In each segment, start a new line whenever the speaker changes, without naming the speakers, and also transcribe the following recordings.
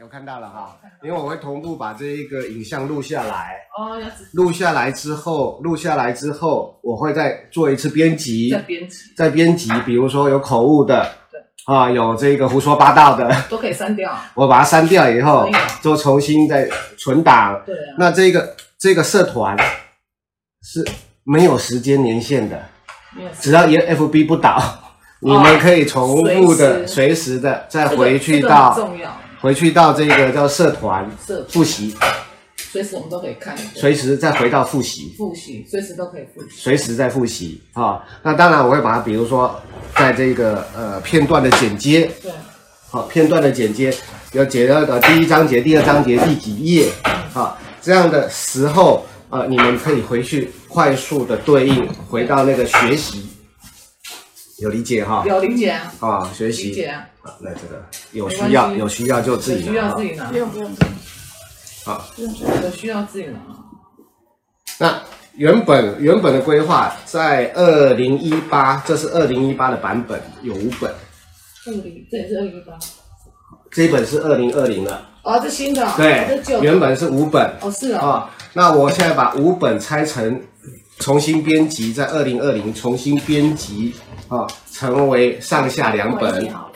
有看到了哈，因为我会同步把这一个影像录下来，
哦，要只
录下来之后，录下来之后，我会再做一次编辑，
在编辑
在编辑，比如说有口误的
对，
啊，有这个胡说八道的，
都可以删掉。
我把它删掉以后
可以啊，
就重新再存档。
对啊，
那这个这个社团是没有时间年限的，
没有
只要 FB 不倒，你们可以重复的、
哦
随
随
时的再
这个
回去
这个很
到
重要
回去到这个叫社团
社，
复习，
随时我们都可以看，对
随时再回到复习，
复习，随时都可以复习。
随时再复习啊、那当然我会把它，比如说在这个呃片段的剪接，
对，
好，片段的剪接，有解到的第一章节、第二章节第几页，好，这样的时候，呃，你们可以回去快速的对应，回到那个学习，有理解哈？
有理解啊，
啊，学
理解
习，
啊，
啊那这个有
没
需
关
要
系
有需要就自
有
己
需
拿啊哈
要自己拿
不，用不用不用，
好
不用不用。
有需要自己拿。
那原本原本的规划在二零一八，这是二零一八的版本，有五本，
二零，这也是二零八。
这一本是二零二零的，
哦，这新的哦，
对
这旧，的
原本是五本，
哦是哦，
啊、那我现在把五本拆成，重新编辑，在二零二零重新编辑啊、成为上下两本啊、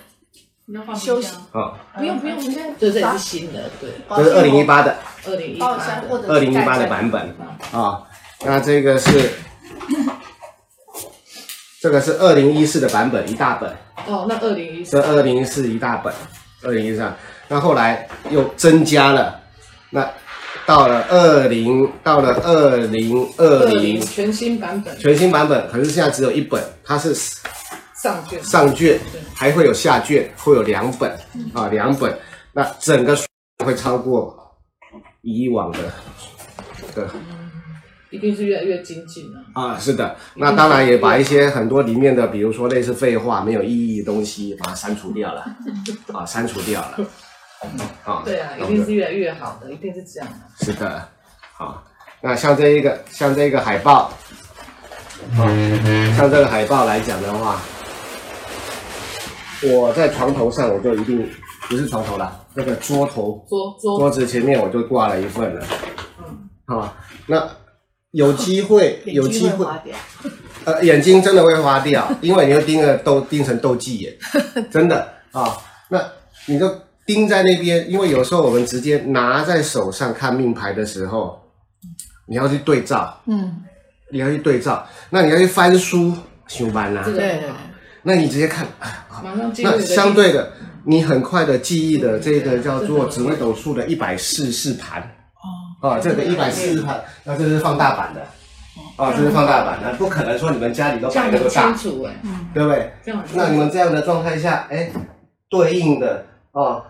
你要放
休息不用不用，我们现在
对，这也
把
是新的，对，
这是二零一，八的
二零一
把我
八
删或
的，
者
二零一八的版本啊、那这个是这个是二零一四的版本一大本，
哦，那二零一
这
三，
二零一四一大本，二零一三，那后来又增加了，那到了二零到了二零二
二零
零
全新版本
全新版本，可是现在只有一本，它是
上卷，
上卷
对，
还会有下卷，会有两本啊，两本。那整个数会超过以往的，对
一定是越来越精进了。
啊，是的。那当然也把一些很多里面的，比如说类似废话、没有意义的东西，把它删除掉了啊，删除掉了啊。
对啊，一
懂
定
得
是越来越好的，一定是这样的。
是的，好，那像这一个，像这一个海报，啊，像这个海报来讲的话，我在床头上我就一定不是床头啦，那个桌头
桌
桌
桌
子前面我就挂了一份了，
嗯
好，那有机会有机会，
花掉，
呃，眼睛真的会花掉， 因为你又盯了都盯成斗鸡 眼，真的啊、那你就盯在那边，因为有时候我们直接拿在手上看命牌的时候，你要去对照，
嗯，
你要去对照，那你要去翻书上班啦、
这个
对
很好
那你直接看，啊啊
马上进入
那
你的
相
第
对的，你很快的记忆的这个叫
这
做
个
紫微斗数的一百四四盘，
哦
啊，这个一百四盘，那这是放大版的，啊，这是放大版的，不可能说你们家里都
这样
摆那
很
么
清
大，
楚哎，
对不对？
这样很清
那你
楚
们这样的状态下，哎，对应的哦，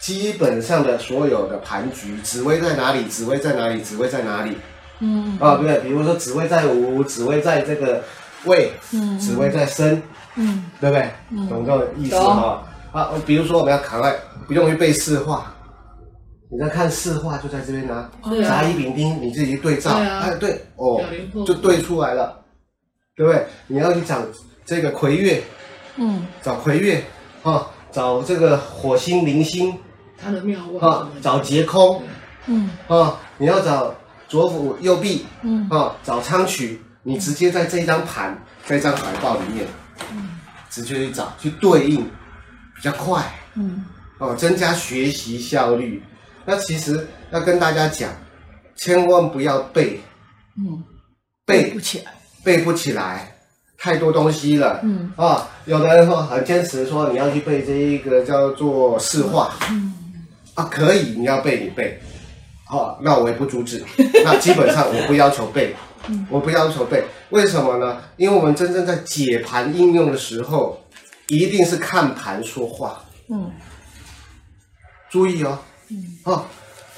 基本上的所有的盘局，紫薇在哪里？紫薇在哪里？紫薇在哪里？
嗯
啊、对，比如说紫薇在午，紫薇在这个未，
嗯
紫薇在申，
嗯
对不对？懂这种意思哈、啊，比如说我们要考外，不用去背四化，你在看四化就在这边拿，
对
甲
啊，
乙丙丁你自己去对照，
对啊
哎对哦
表灵，
就对出来了，对不对？你要去找这个魁月，
嗯，
找魁月啊、找这个火星、零星
他的妙
啊、
望真的
找劫空
嗯
啊、你要找左辅右弼
嗯
啊、找昌曲，你直接在这一张盘、这张海报里面，直接去找去对应，比较快
嗯，
哦、增加学习效率。那其实要跟大家讲，千万不要背，
嗯，
背
不起啊来，
背不起来，太多东西了。
嗯
啊、有的人说很坚持说你要去背这一个叫做市话，
嗯
啊，可以，你要背你背，好、那我也不阻 止。那基本上我不要求背，
嗯
我不要求背，为什么呢？因为我们真正在解盘应用的时候，一定是看盘说话，
嗯
注意哦，哦，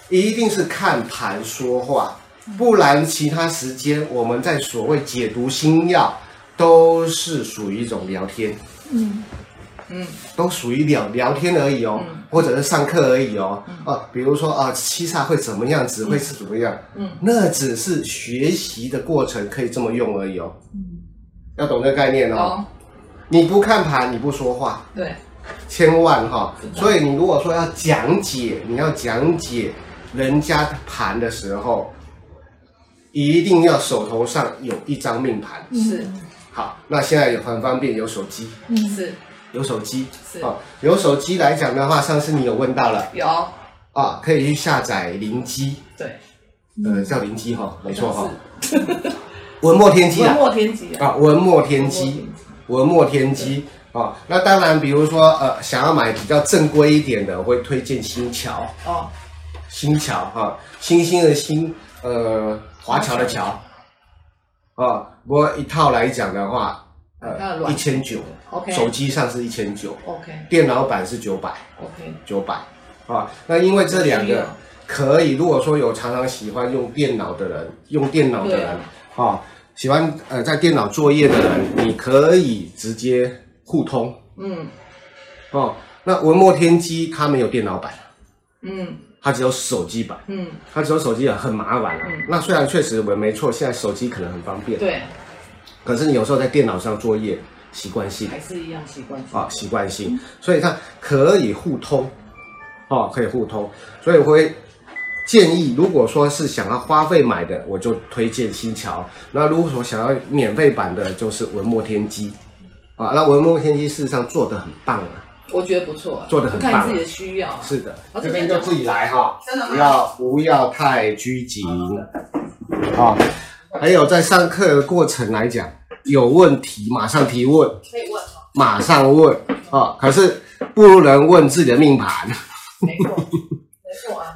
一定是看盘说话，不然其他时间我们在所谓解读星耀，都是属于一种聊天。
嗯
嗯，
都属于聊聊天而已哦，或者是上课而已哦。啊，比如说啊，七煞会怎么样，子会是怎么样，
嗯，
那只是学习的过程可以这么用而已哦。
嗯
要懂这个概念哦。
懂，
你不看盘，你不说话，
对，
千万哈、
知道
所以你如果说要讲解，你要讲解人家的盘的时候，一定要手头上有一张命盘。
是
好，那现在也很方便，有手机，
嗯
是
有手机
是
啊、有手机来讲的话，上次你有问到了
有
啊，可以去下载灵机，
对，
呃，叫灵机哈、没错哈、 文墨天机
文
啊，
墨天机啊，
啊，文墨天
文墨
机
天，
文墨天机啊。那当然，比如说呃，想要买比较正规一点的，我会推荐新桥，
哦，
新桥啊，星星的星，呃，华侨的侨啊。不过一套来讲的话，
那
呃，一
软
千九
OK
手机上是一千九，
OK
电脑版是九百，
OK，
九百啊。那因为这两
有需
个
要
可以，如果说有常常喜欢用电脑的人，用电脑的
对
人啊、喜欢呃在电脑作业的人，你可以直接互通
嗯
哦。那文墨天机它没有电脑版，
嗯
它只有手机版，
嗯，
它只有手机版很麻烦啊。
嗯
那虽然确实我没错，现在手机可能很方便，
对，
可是你有时候在电脑上作业习惯性
还是一样习惯性
啊，习惯性，所以它可以互通，哦，可以互通，所以我会建议，如果说是想要花费买的，我就推荐新桥；那如果说想要免费版的，就是文墨天机，啊，那文墨天机事实上做的很棒啊，
我觉得不错啊，
做得很棒
看你自己的需要啊，
是的，
好
这边就自己来哈，
真的吗
不要不要太拘谨，啊，还有在上课的过程来讲，有问题马上提问，
可以问吗？
马上问啊、可是不能问自己的命盘，
没 错没错啊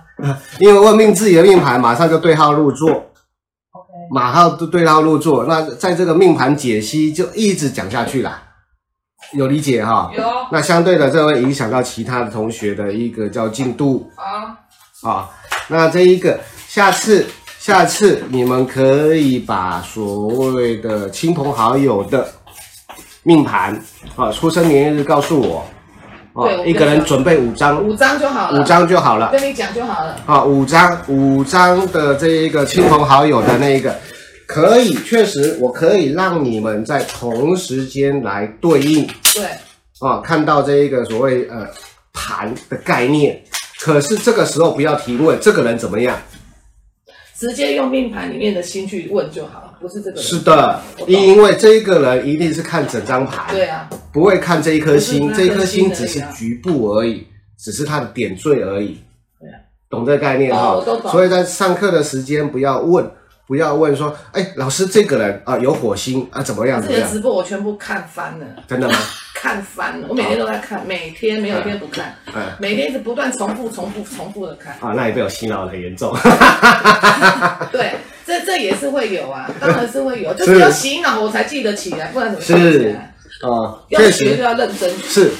因为问命自己的命盘，马上就对号入座，
，OK，
马上就对号入座。那在这个命盘解析就一直讲下去啦，有理解哈、
有
那相对的，这会影响到其他的同学的一个叫进度
啊，
啊、那这一个，下次下次你们可以把所谓的亲朋好友的命盘啊、出生年月日告诉我。啊
对我
一个
跟你
人
讲
准备五张，
五张就好了，
五张就好了。
跟你讲就好了，
啊，五张五张的这一个亲朋好友的那一个，可以确实，我可以让你们在同时间来对应
对，
啊，看到这一个所谓呃盘的概念。可是这个时候不要提问这个人怎么样。
直接用命盘里面的心去问就好了，不是这个人
是的，因为这一个人一定是看整张盘，
对啊，
不会看这一颗星，
不
这
是
一
那
颗
颗星
星只是
而已啊
局部而已，只是它的点缀而已。
对啊
懂这个概念哈、
懂我都懂
所以在上课的时间不要问，不要问说，哎，老师这个人啊、有火星啊怎么样
这
怎么
个
样？
直播我全部看翻了，
真的吗？
看翻了，我每天都在看，每天没有一天不看，
嗯
每天一直不断重复、重复、重复的看。
啊，那你被我洗脑得很严 重。啊
对，这这也是会有啊，当然是 会有，就是要洗脑我才记得起来，不然怎么记得起来？
啊，
要
确
学就
实
要认真学。
是。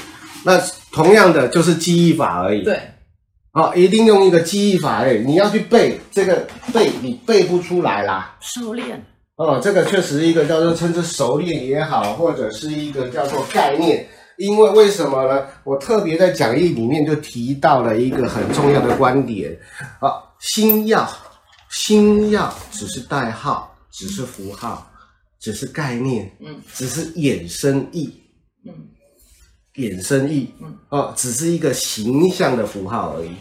那同样的就是记忆法而已。
对，
啊，一定用一个记忆法而已，你要去背这个背，你背不出来啦。
收敛，
哦，这个确实一个叫做称之熟练也好，或者是一个叫做概念。因为为什么呢？我特别在讲义里面就提到了一个很重要的观点啊，星耀，星耀只是代号，只是符号，只是概念，
嗯，
只是衍生意，
嗯，
衍生意，
嗯，
哦，只是一个形象的符号而已，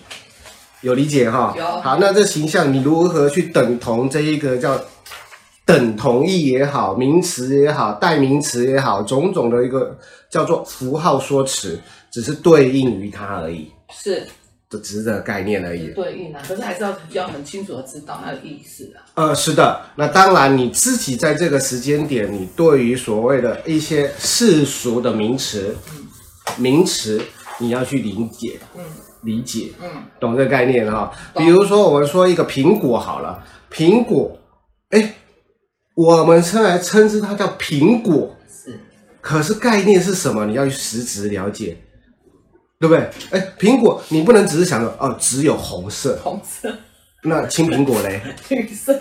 有理解哈？
有
好，那这形象你如何去等同这一个叫等同意也好，名词也好，代名词也好，种种的一个叫做符号说辞，只是对应于它而已，
是
这只是这个概念而已。
对应啊，可是还是要要很清楚的知道它的意思啊。
呃，是的，那当然你自己在这个时间点，你对于所谓的一些世俗的名词、名词，你要去理解、
嗯
理解，
嗯，
懂这个概念哈、
懂
比如说，我们说一个苹果好了，苹果，哎，我们称来称之它叫苹果，
是
可是概念是什么？你要去实质了解，对不对？哎，苹果你不能只是想着哦，只有红色，
红色、
那青苹果嘞，
绿色，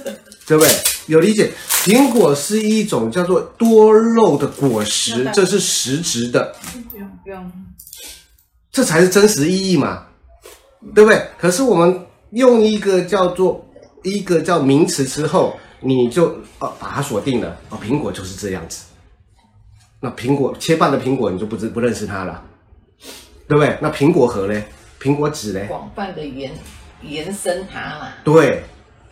对不对？有理解？苹果是一种叫做多肉的果实，这是实质的。
不用不用，
这才是真实意义嘛，对不对？可是我们用一个叫做一个叫名词之后，你就呃把它锁定了哦，苹果就是这样子。那苹果切半的苹果，你就不知不认识它了，对不对？那苹果核嘞，苹果籽嘞，
广泛的延延伸它嘛，
对，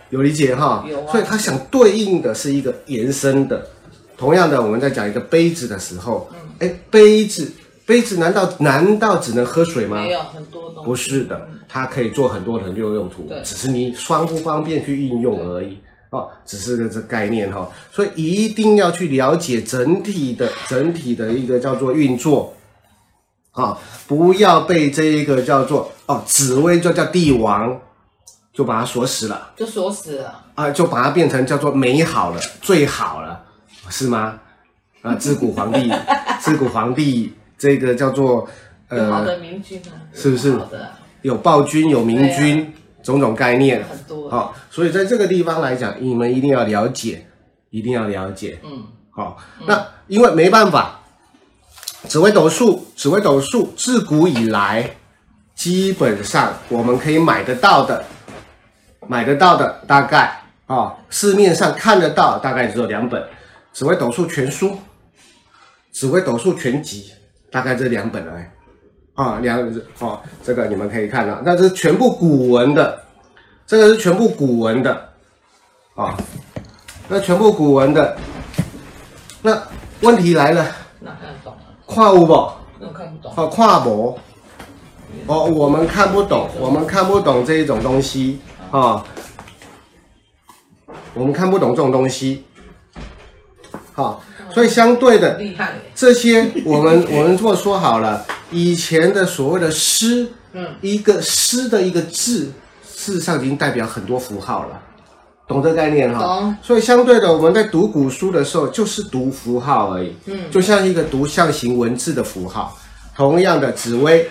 有理解哈。
有啊
所以它想对应的是一个延伸的。同样的，我们在讲一个杯子的时候，
嗯
哎、杯子，杯子难道难道只能喝水吗
没？有很多东西。
不是的，它可以做很多很多用途
对，
只是你方不方便去应用而已。哦，只是个这概念哈、所以一定要去了解整体的整体的一个叫做运作，啊、不要被这一个叫做哦紫薇就叫帝王，就把它锁死了
就锁死了，
啊，就把它变成叫做美好了、最好了，是吗？啊，自古皇帝，自古皇帝这个叫做
有好
呃
的明君啊，
是不是
有好的啊
有暴君、有明君、种种概念，
很多，
好、所以在这个地方来讲，你们一定要了解，一定要了解。
嗯，
好、那因为没办法，紫微斗数，紫微斗数自古以来，基本上我们可以买得到的，买得到的大概啊、市面上看得到大概只有两本《紫微斗数全书》《紫微斗数全集》，大概这两本而已。啊、两哦，这个你们可以看到，那这是全部古文的，这个是全部古文的，啊、那全部古文的，那问题来了，
那看得懂啊，
跨无不？
那我看不懂，
哦，跨博，哦，我们看不懂，我们看不懂这一种东西哦，我们看不懂这种东西，好、所以相对的
厉害耶，
这些，我们 我们这么说好了，以前的所谓的诗，
嗯，
一个诗的一个字，事实上已经代表很多符号了，懂这概念哈、
懂
所以相对的，我们在读古书的时候，就是读符号而已，
嗯
就像一个读象形文字的符号。同样的，紫薇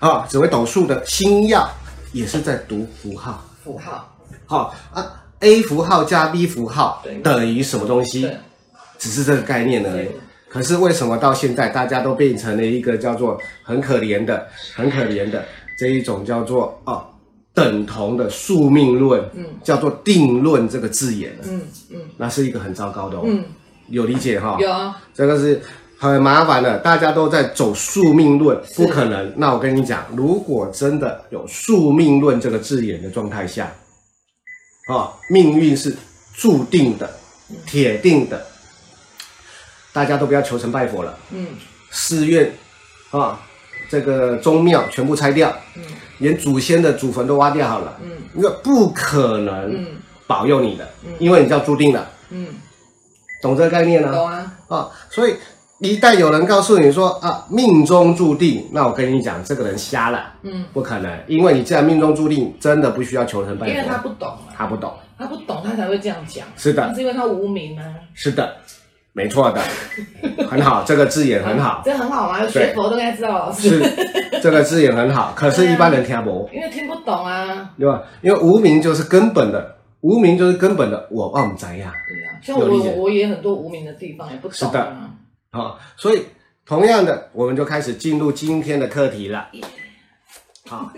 啊，紫薇斗数的星耀也是在读符号，
符号，
好、啊，A 符号加 B 符号
对
等于什么东西？
对，
只是这个概念而已
对。
可是为什么到现在大家都变成了一个叫做很可怜的、很可怜的这一种叫做哦等同的宿命论，
嗯
叫做定论这个字眼了？
嗯嗯
那是一个很糟糕的哦。
嗯，
有理解哈、
有啊，
这个是很麻烦的，大家都在走宿命论，不可能。那我跟你讲，如果真的有宿命论这个字眼的状态下，啊、命运是注定的、铁定的，大家都不要求神拜佛了，
嗯
寺院啊、这个宗庙全部拆掉，
嗯
连祖先的祖坟都挖掉好了，
嗯
因为不可能
嗯
保佑你的
嗯，
因为你叫注定了，
嗯，
懂这个概念呢、
懂啊，
啊，所以一旦有人告诉你说啊命中注定，那我跟你讲，这个人瞎了，
嗯，
不可能，因为你既然命中注定，真的不需要求神
因
拜佛，
为他不懂啊，
他不懂，
他不懂他才会这样讲，
是的
那是因为他无名啊。
是的，没错的，很 好，这个字眼很好，
这很好啊，
对
学佛都应该知道老师
是，这个字眼很好，可是，
对啊
一般人听不懂，
因为听不懂啊。
对吧？因为无名就是根本的，无名就是根本的，我忘怎样
对啊，像
有
我
理解
我也很多无名的地方也不懂
是
啊
的。啊、所以同样的，我们就开始进入今天的课题了，好、